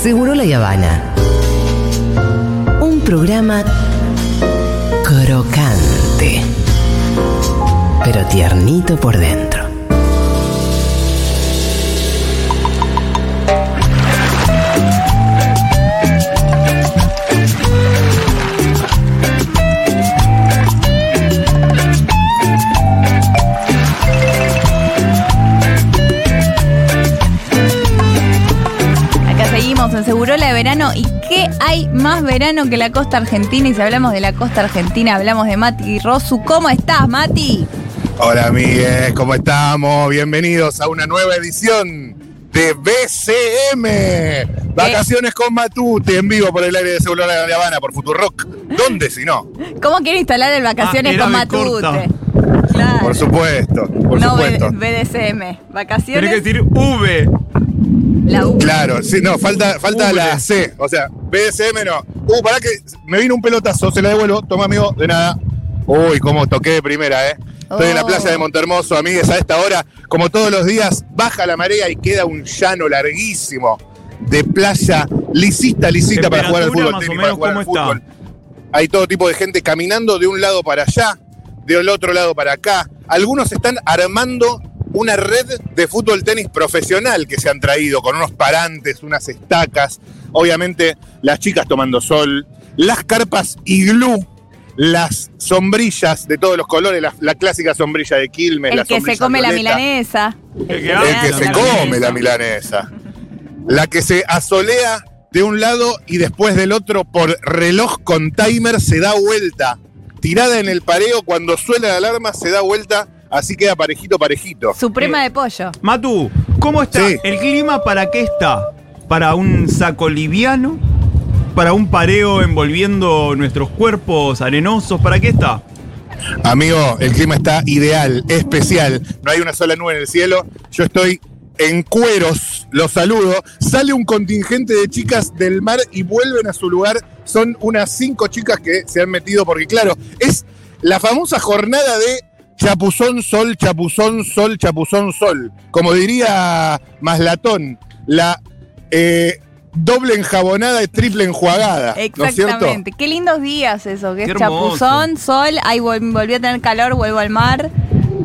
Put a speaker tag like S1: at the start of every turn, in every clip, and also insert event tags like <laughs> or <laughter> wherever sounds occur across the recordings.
S1: Seguro la Habana. Un programa crocante, pero tiernito por dentro.
S2: Acá seguimos en Segurola de verano. ¿Y qué hay más verano que la costa argentina? Y si hablamos de la costa argentina, hablamos de Mati Rosu. ¿Cómo estás, Mati?
S3: Hola amigues, ¿cómo estamos? Bienvenidos a una nueva edición de BCM. Vacaciones con Matute en vivo por el aire de Celular de La Habana por Futurock. ¿Dónde si no?
S2: ¿Cómo quiere instalar el vacaciones
S4: Ah,
S2: con
S4: mirá, me
S2: Matute?
S3: Por
S2: Claro.
S3: supuesto, por
S2: no B-
S3: supuesto.
S2: BDSM.
S4: Tiene
S2: Vacaciones.
S4: que decir V.
S2: La U.
S3: Claro, sí, no, falta, falta
S4: Ule.
S3: la C, o sea, BSM no. Uh, pará que me vino un pelotazo, se la devuelvo, toma amigo, de nada. Uy, cómo toqué de primera, eh. Estoy en la
S2: Oh.
S3: playa de Montermoso, amigues, a esta hora, como todos los días, baja la marea y queda un llano larguísimo de playa lisita, lisita para jugar al fútbol,
S4: Temperatura, más o
S3: tenis, para
S4: menos,
S3: jugar al
S4: ¿cómo
S3: fútbol. Hay todo tipo de gente caminando de un lado para allá, del otro lado para acá. Algunos están armando una red de fútbol tenis profesional que se han traído con unos parantes, unas estacas, obviamente las chicas tomando sol, las carpas iglú, las sombrillas de todos los colores, la, la clásica sombrilla de Quilmes,
S2: El
S3: la
S2: que se
S3: sombrilla
S2: come la
S3: violeta,
S2: milanesa.
S4: El que
S3: el
S4: Ah,
S3: que
S4: la
S3: se come la milanesa. La que se asolea de un lado y después del otro por reloj con timer se da vuelta. Tirada en el pareo, cuando suena la alarma se da vuelta, así queda parejito, parejito.
S2: Suprema de pollo.
S3: ah,
S4: Matu, ¿cómo está
S3: Sí.
S4: el clima? ¿Para qué está? ¿Para un saco liviano? ¿Para un pareo envolviendo nuestros cuerpos arenosos? ¿Para qué está?
S3: Amigo, el clima está ideal, especial. No hay una sola nube en el cielo. Yo estoy en cueros, los saludo. Sale un contingente de chicas del mar y vuelven a su lugar. Son unas cinco chicas que se han metido porque, claro, es la famosa jornada de chapuzón, sol, chapuzón, sol, chapuzón, sol. Como diría Maslatón, la eh, doble enjabonada y triple enjuagada. ¿no es cierto?
S2: Exactamente. Qué lindos días esos. Que es
S4: Qué hermoso.
S2: chapuzón, sol. Ahí vol- volví a tener calor, vuelvo al mar.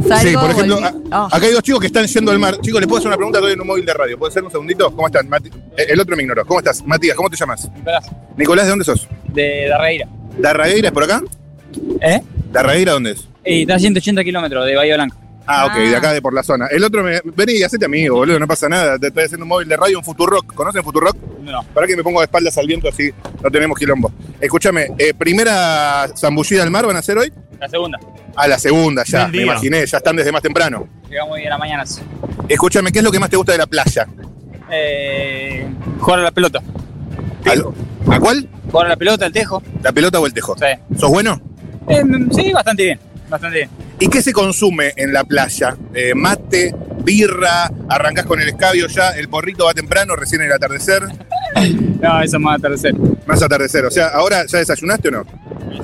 S2: Salgo,
S3: sí, por ejemplo,
S2: volví.
S3: a-
S2: Oh.
S3: acá hay dos chicos que están yendo al mar. Chicos, ¿les puedo hacer una pregunta? Estoy en un móvil de radio. ¿Puede ser un segundito? ¿Cómo están? Mati- eh, el otro me ignoró. ¿Cómo estás? Matías, ¿cómo te llamas?
S5: Nicolás,
S3: Nicolás, ¿de dónde sos?
S5: de Darreira.
S3: ¿Darragueira es por acá?
S5: ¿Eh?
S3: ¿Darragueira dónde es?
S5: Y está a 180 kilómetros de Bahía Blanca.
S3: Ah, ok,
S2: Ah.
S3: de acá, de por la zona. El otro me. Vení, hacete amigo, boludo, no pasa nada. Te estoy haciendo un móvil de radio en Futurock. ¿Conocen Futurock?
S5: No.
S3: Para que me pongo de espaldas al viento así no tenemos quilombo. Escúchame, eh, primera zambullida al mar van a hacer hoy.
S5: La segunda.
S3: A la segunda ya,
S4: Del
S3: me
S4: día.
S3: imaginé, ya están desde más temprano.
S5: Llegamos bien a la mañana.
S3: Escúchame, ¿qué es lo que más te gusta de la playa?
S5: Eh, jugar a la pelota.
S3: ¿Al- ¿A cuál?
S5: Jugar a la pelota, el tejo.
S3: ¿La pelota o el tejo?
S5: Sí.
S3: ¿Sos bueno?
S5: Eh, mm, sí, bastante bien. Bastante bien.
S3: ¿Y qué se consume en la playa? Eh, mate, birra, arrancás con el escabio ya, el porrito va temprano, recién el atardecer,
S5: No, eso más atardecer.
S3: más atardecer. O sea, ¿ahora ya desayunaste o no?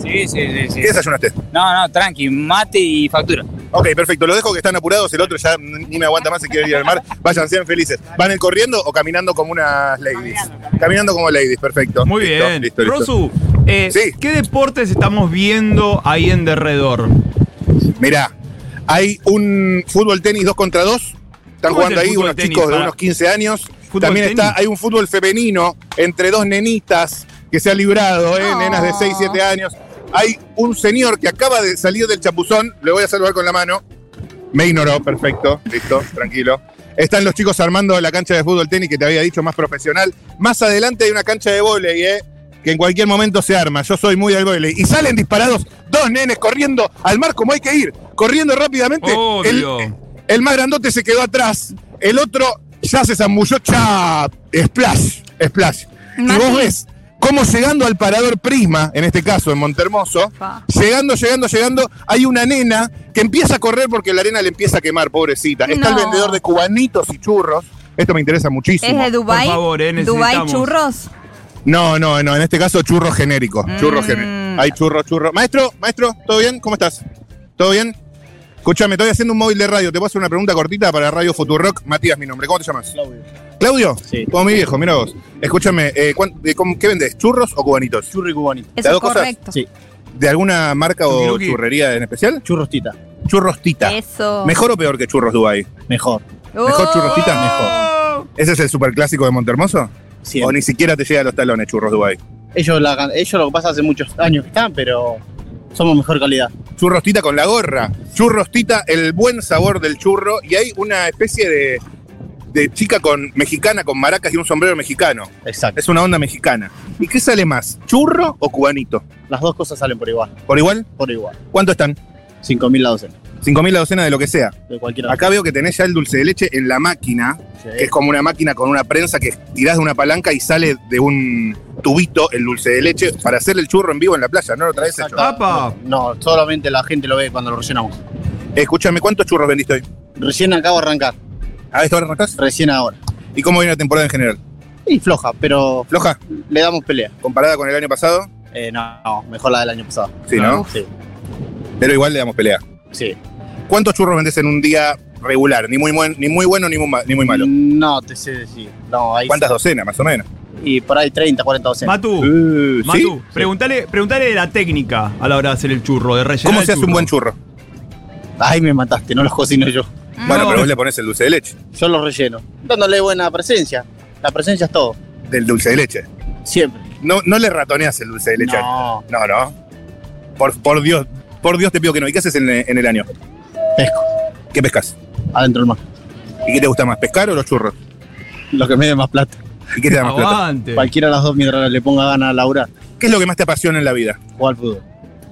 S5: Sí, sí, sí. sí.
S3: ¿Qué desayunaste?
S5: No, no, tranqui, mate y factura.
S3: Ok, perfecto. Lo dejo que están apurados, el otro ya ni me aguanta más se quiere ir al mar. Vayan, sean felices. ¿Van el corriendo o caminando como unas ladies? Caminando como ladies, perfecto.
S4: Muy
S3: Listo,
S4: bien.
S3: Listo, listo.
S4: Rosu, eh,
S3: Sí.
S4: ¿qué deportes estamos viendo ahí en derredor?
S3: Mirá, hay un fútbol tenis 2 contra 2. Están
S4: ¿Cómo es
S3: jugando
S4: el
S3: ahí
S4: fútbol
S3: unos
S4: tenis,
S3: chicos de
S4: para?
S3: unos 15 años.
S4: ¿Fútbol
S3: También
S4: tenis?
S3: está, hay un fútbol femenino entre dos nenitas que se ha librado, ¿eh?
S2: Oh.
S3: nenas de 6, 7 años. Hay un señor que acaba de salir del chapuzón, le voy a saludar con la mano. Me ignoró, perfecto, listo, tranquilo. Están los chicos armando la cancha de fútbol tenis que te había dicho, más profesional. Más adelante hay una cancha de vóley, ¿eh? que en cualquier momento se arma. Yo soy muy del vóley. Y salen disparados dos nenes corriendo al mar como hay que ir. Corriendo rápidamente. El,
S4: Obvio.
S3: el más grandote se quedó atrás. El otro ya se zambulló. ¡Chap! Splash. Splash. Y
S2: Mati.
S3: vos ves cómo llegando al parador Prisma, en este caso en Montermoso,
S2: Pa.
S3: llegando, llegando, llegando, hay una nena que empieza a correr porque la arena le empieza a quemar, pobrecita. Está el
S2: No.
S3: vendedor de cubanitos y churros. Esto me interesa
S2: ¿Es
S3: muchísimo.
S2: de Dubai?
S4: Por favor, eh,
S2: ¿Dubai
S4: necesitamos.
S2: churros?
S3: No, no, no, en este caso churro genérico. Churro
S2: Mm.
S3: genérico. Hay churro, churro. Maestro, maestro, ¿todo bien? ¿Cómo estás? ¿Todo bien? Escúchame, estoy haciendo un móvil de radio. Te puedo hacer una pregunta cortita para Radio Futurock. Matías, mi nombre. ¿Cómo te llamas?
S5: Claudio.
S3: Claudio.
S5: Sí.
S3: Como mi viejo, mira vos. Escúchame, eh, ¿cuán- eh, cómo- ¿qué vendes? ¿Churros o cubanitos?
S5: Churro y cubanito.
S2: Eso
S3: dos
S2: es
S3: cosas?
S2: correcto.
S5: Sí.
S3: ¿De alguna marca o
S4: Tukiruki.
S3: churrería en especial?
S5: Churrostita.
S3: Churros Tita.
S2: Eso. Oh.
S3: ¿Mejor o peor que Churros Dubai?
S5: Mejor.
S3: mejor churrosita,
S2: mejor.
S3: ¿Ese es el superclásico de Montermoso?
S6: Sí.
S3: ¿O ni siquiera te llega a los talones Churros Dubai?
S6: Ellos, la- ellos lo que pasa hace muchos años que están, pero somos mejor calidad.
S3: Churrostita con la gorra. Churrostita, el buen sabor del churro. Y hay una especie de, de chica con, mexicana con maracas y un sombrero mexicano.
S6: Exacto.
S3: Es una onda mexicana. ¿Y qué sale más? ¿Churro o cubanito?
S6: Las dos cosas salen por igual,
S3: ¿Por igual?
S6: por igual.
S3: ¿Cuánto están?
S6: 5.000 la docena,
S3: 5.000 la docena de lo que sea.
S6: de cualquier
S3: Acá veo que tenés ya el dulce de leche en la máquina, que es como una máquina con una prensa que tirás de una palanca y sale de un tubito el dulce de leche para hacer el churro en vivo en la playa. No lo traes hecho.
S4: ¡Apa!
S6: No, solamente la gente lo ve cuando lo rellenamos.
S3: Escúchame, ¿cuántos churros vendiste hoy?
S6: Recién acabo de arrancar,
S3: ¿A esto ahora arrancás?
S6: recién ahora.
S3: ¿Y cómo viene la temporada en general?
S6: Y floja, pero
S3: ¿Floja?
S6: le damos pelea.
S3: ¿Comparada con el año pasado?
S6: Eh, no, no, mejor la del año pasado.
S3: Sí, ¿no?
S6: Sí,
S3: Pero igual le damos pelea.
S6: sí.
S3: ¿Cuántos churros vendés en un día regular? Ni muy, buen- ni muy bueno ni muy, ma- ni muy malo.
S6: No, te sé decir. No, ahí
S3: ¿Cuántas docenas, más o menos?
S6: Y por ahí 30, 40 docenas.
S4: Matu,
S3: Eh,
S4: Matu,
S3: ¿Sí?
S4: preguntale, preguntale de la técnica a la hora de hacer el churro, de rellenar
S3: ¿Cómo
S4: el
S3: se hace un buen churro?
S6: Ahí me mataste, no los cocino yo.
S3: Bueno,
S4: No.
S3: pero vos le pones el dulce de leche.
S6: Yo los relleno. Dándole buena presencia. La presencia es todo.
S3: Del dulce de leche.
S6: Siempre.
S3: No, no le ratoneas el dulce de leche.
S6: No,
S3: No, no. Por, por Dios, por Dios te pido que no. ¿Y qué haces en, en el año?
S6: pesco.
S3: ¿Qué pescas?
S6: Adentro del mar.
S3: ¿Y qué te gusta más, pescar o los churros?
S6: Lo que me dé más plata.
S3: ¿Y qué te
S4: Ah,
S3: da más plata?
S4: Aguante.
S6: Cualquiera de las dos mientras le ponga ganas a Laura,
S3: ¿Qué es lo que más te apasiona en la vida?
S6: jugar al fútbol.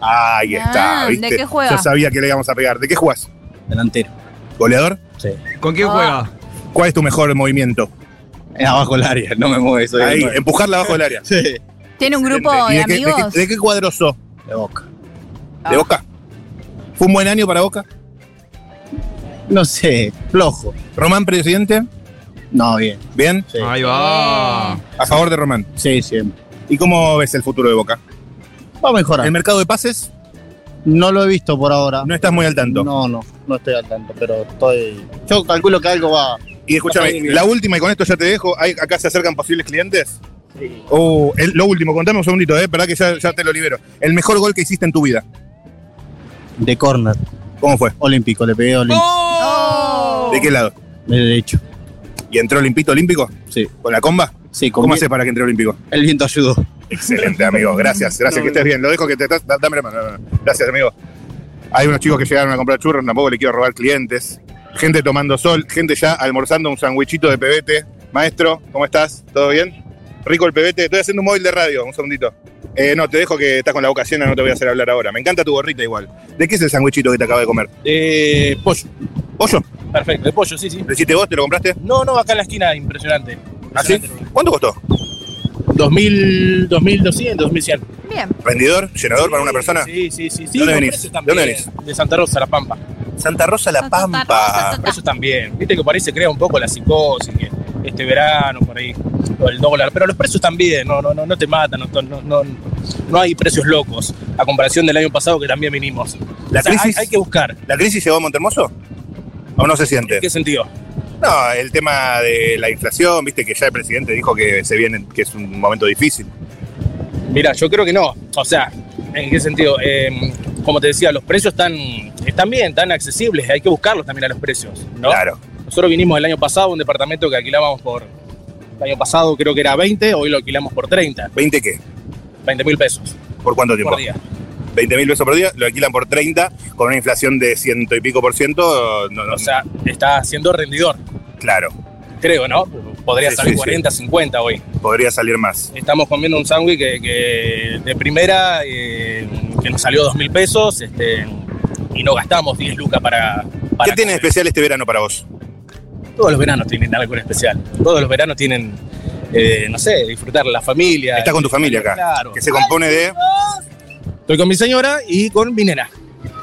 S3: Ahí está,
S2: Ah, ¿de
S3: ¿viste?
S2: qué juega?
S3: Yo sabía que le íbamos a pegar. ¿De qué jugás?
S6: Delantero.
S3: ¿Goleador?
S6: Sí.
S4: ¿Con quién
S2: Ah.
S4: juega?
S3: ¿Cuál es tu mejor movimiento?
S6: Es abajo el área, no me mueve eso.
S3: Ahí, empujarla abajo del
S6: <laughs>
S3: área.
S6: Sí.
S2: ¿Tiene un grupo
S3: ¿Y
S2: de,
S3: de, qué, de,
S2: amigos?
S3: qué, de qué cuadro sos?
S6: De boca.
S2: Ah.
S3: ¿De Boca? ¿Fue un buen año para Boca?
S6: No sé, flojo.
S3: ¿Román presidente?
S6: No, bien.
S3: ¿Bien?
S6: Sí,
S4: Ahí va.
S3: A favor de Román.
S6: sí siempre.
S3: ¿Y cómo ves el futuro de Boca?
S6: Va a
S3: ¿El
S6: mejorar.
S3: mercado de pases?
S6: No lo he visto por ahora.
S3: No estás muy al tanto.
S6: No, no, no estoy al tanto, pero estoy. Yo calculo que algo va.
S3: Y escúchame, la última, y con esto ya te dejo. Hay- acá se acercan posibles clientes. Oh, el- lo último, contame un segundito, ¿eh? Verdad que ya, ya te lo libero. El mejor gol que hiciste en tu vida.
S6: De corner,
S3: ¿Cómo fue?
S6: olímpico, le pegué olímpico.
S4: ¡Oh!
S3: ¿De qué lado?
S6: De derecho.
S3: ¿Y entró Olimpito Olímpico?
S6: Sí.
S3: ¿Con la comba?
S6: Sí, con
S3: ¿Cómo
S6: mi-
S3: haces para que entre Olímpico?
S6: El viento ayudó.
S3: Excelente, amigo. Gracias, gracias, que estés bien. Lo dejo que te estás. da- Dame la mano. dame la mano. Gracias, amigo. Hay unos chicos que llegaron a comprar churros, tampoco le quiero robar clientes. Gente tomando sol, gente ya almorzando un sandwichito de pebete. Maestro, ¿cómo estás? ¿Todo bien? Rico el pebete. Estoy haciendo un móvil de radio, un segundito. Eh, no, te dejo que estás con la boca llena, no te voy a hacer hablar ahora. Me encanta tu gorrita igual. ¿De qué es el sandwichito que te acabo de comer?
S7: Eh, pollo,
S3: ¿Pollo?
S7: perfecto, de pollo, sí, sí.
S3: ¿Lo hiciste vos? ¿Te lo compraste?
S7: No, no, acá en la esquina, impresionante.
S3: ¿Así? ¿Cuánto costó?
S7: 2000, 2200, 2100.
S2: Bien.
S3: ¿Rendidor? ¿Llenador para una persona?
S7: Sí, sí, sí. sí.
S3: ¿Dónde
S7: Los
S3: venís?
S7: precios también,
S3: ¿Dónde
S7: De Santa Rosa, La Pampa.
S3: Santa Rosa La Pampa.
S7: Precios Ah, también. Viste que por ahí se crea un poco la psicosis, que este verano, por ahí, o el dólar. Pero los precios también, no, no, no, no te matan, no, no, no, no hay precios locos, a comparación del año pasado que también vinimos.
S3: La
S7: O sea, hay,
S3: crisis.
S7: hay que buscar.
S3: ¿La crisis llegó a Montermoso? ¿O no se siente?
S7: ¿En qué sentido?
S3: No, el tema de la inflación, viste que ya el presidente dijo que se viene, que es un momento difícil.
S7: Mira, yo creo que no. O sea, ¿en qué sentido? Eh, como te decía, los precios están, están bien, están accesibles. Hay que buscarlos también a los precios, ¿no?
S3: Claro.
S7: Nosotros vinimos el año pasado a un departamento que alquilábamos por... El año pasado creo que era 20, hoy lo alquilamos por 30.
S3: ¿20 qué?
S7: 20 mil pesos
S3: ¿Por cuánto tiempo?
S7: por día.
S3: 20 mil pesos por día, lo alquilan por 30, con una inflación de ciento y pico por ciento. No, no,
S7: O sea, está siendo rendidor,
S3: claro,
S7: creo, ¿no? Podría
S3: Sí,
S7: salir
S3: sí, sí.
S7: 40, 50 hoy.
S3: podría salir más.
S7: Estamos comiendo un sándwich que, que de primera, eh, que nos salió 2 mil pesos, este, y no gastamos 10 lucas para...
S3: ¿Qué tiene
S7: para
S3: de
S7: comer. Eh,
S3: especial este verano para vos?
S7: Todos los veranos tienen algo en especial. Todos los veranos tienen, eh, no sé, disfrutar la familia.
S3: Estás con tu familia acá,
S7: Claro.
S3: que se compone de...
S7: Estoy con mi señora y con mi nena.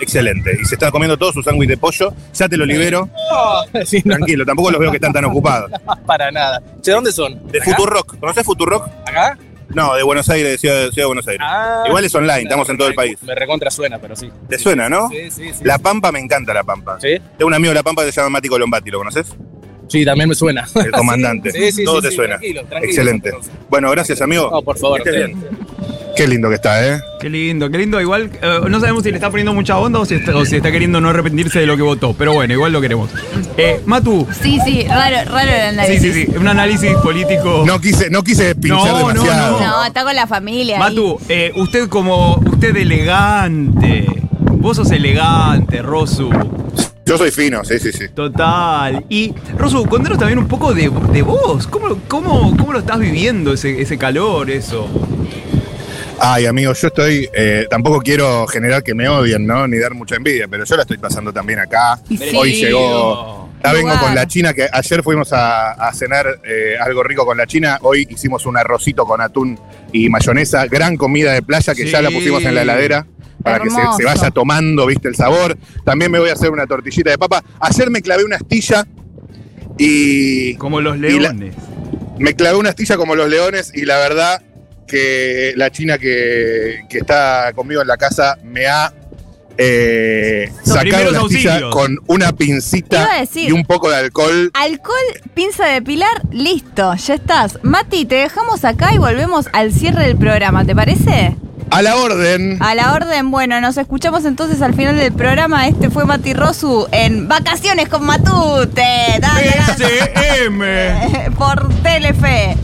S3: Excelente, y se está comiendo todo su sándwich de pollo, ya te lo libero,
S7: <laughs> Sí, no,
S3: tranquilo, tampoco los veo que están tan ocupados.
S7: para nada. Che, ¿dónde son?
S3: De
S7: ¿Acá?
S3: Futurock, ¿conoces Futurock?
S7: ¿Acá?
S3: No, de Buenos Aires, de Ciudad, de Ciudad de Buenos Aires.
S7: Ah,
S3: Igual es online, estamos en todo el
S7: me-
S3: país.
S7: Me recontra suena, pero sí.
S3: ¿Te
S7: Sí,
S3: suena, no?
S7: Sí, sí, sí.
S3: La Pampa me encanta La Pampa.
S7: ¿Sí?
S3: Tengo un amigo de La Pampa que se llama Mati Colombati, ¿lo conoces?
S7: <laughs> Sí, también me suena.
S3: El comandante.
S7: Sí, sí,
S3: todo
S7: sí,
S3: te
S7: sí,
S3: suena.
S7: tranquilo, tranquilo, Este
S3: Excelente.
S7: entonces.
S3: Bueno, gracias, amigo.
S7: No, por favor.
S3: Que estés bien. Qué lindo que está, ¿eh?
S4: Qué lindo, qué lindo. Igual eh, no sabemos si le está poniendo mucha onda o si, está, o si está queriendo no arrepentirse de lo que votó. Pero bueno, igual lo queremos. Eh, Matu.
S2: Sí, sí, raro, raro el
S4: Sí,
S2: análisis.
S4: sí, sí. Un análisis político.
S3: No quise, no quise pinchar
S4: No, no,
S3: demasiado.
S2: No, está con la familia. ahí.
S4: Matu, eh, usted como. Usted elegante. Vos sos elegante, Rosu.
S3: Yo soy fino, sí, sí, sí.
S4: Total. Y, Rosu, contanos también un poco de, de vos. ¿Cómo, cómo, ¿Cómo lo estás viviendo ese, ese calor, eso?
S3: Ay, amigo, yo estoy. eh, tampoco quiero generar que me odien, ¿no? Ni dar mucha envidia, pero yo la estoy pasando también acá.
S2: Y sí.
S3: Hoy llegó. Ya vengo
S2: Lugar.
S3: con la China, que ayer fuimos a, a cenar eh, algo rico con la China. Hoy hicimos un arrocito con atún y mayonesa. Gran comida de playa que ya la
S4: Sí.
S3: pusimos en la heladera para que se,
S2: Hermoso.
S3: se vaya tomando, viste, el sabor. También me voy a hacer una tortillita de papa. Ayer me clavé una astilla y
S4: Como los
S3: Y la-
S4: leones.
S3: me clavé una astilla como los leones y la verdad que la china que, que está conmigo en la casa me ha eh,
S4: Los
S3: sacado
S4: primeros
S3: la astilla
S4: auxilios.
S3: con una pincita
S2: Iba a decir.
S3: y un poco de alcohol.
S2: Alcohol, pinza de pilar, listo, ya estás. Mati, te dejamos acá y volvemos al cierre del programa, ¿te parece?
S3: A la orden.
S2: A la orden, bueno, nos escuchamos entonces al final del programa. Este fue Mati Rosu en Vacaciones con Matute. Dale, dale.
S4: SM.
S2: <laughs> Por Telefe.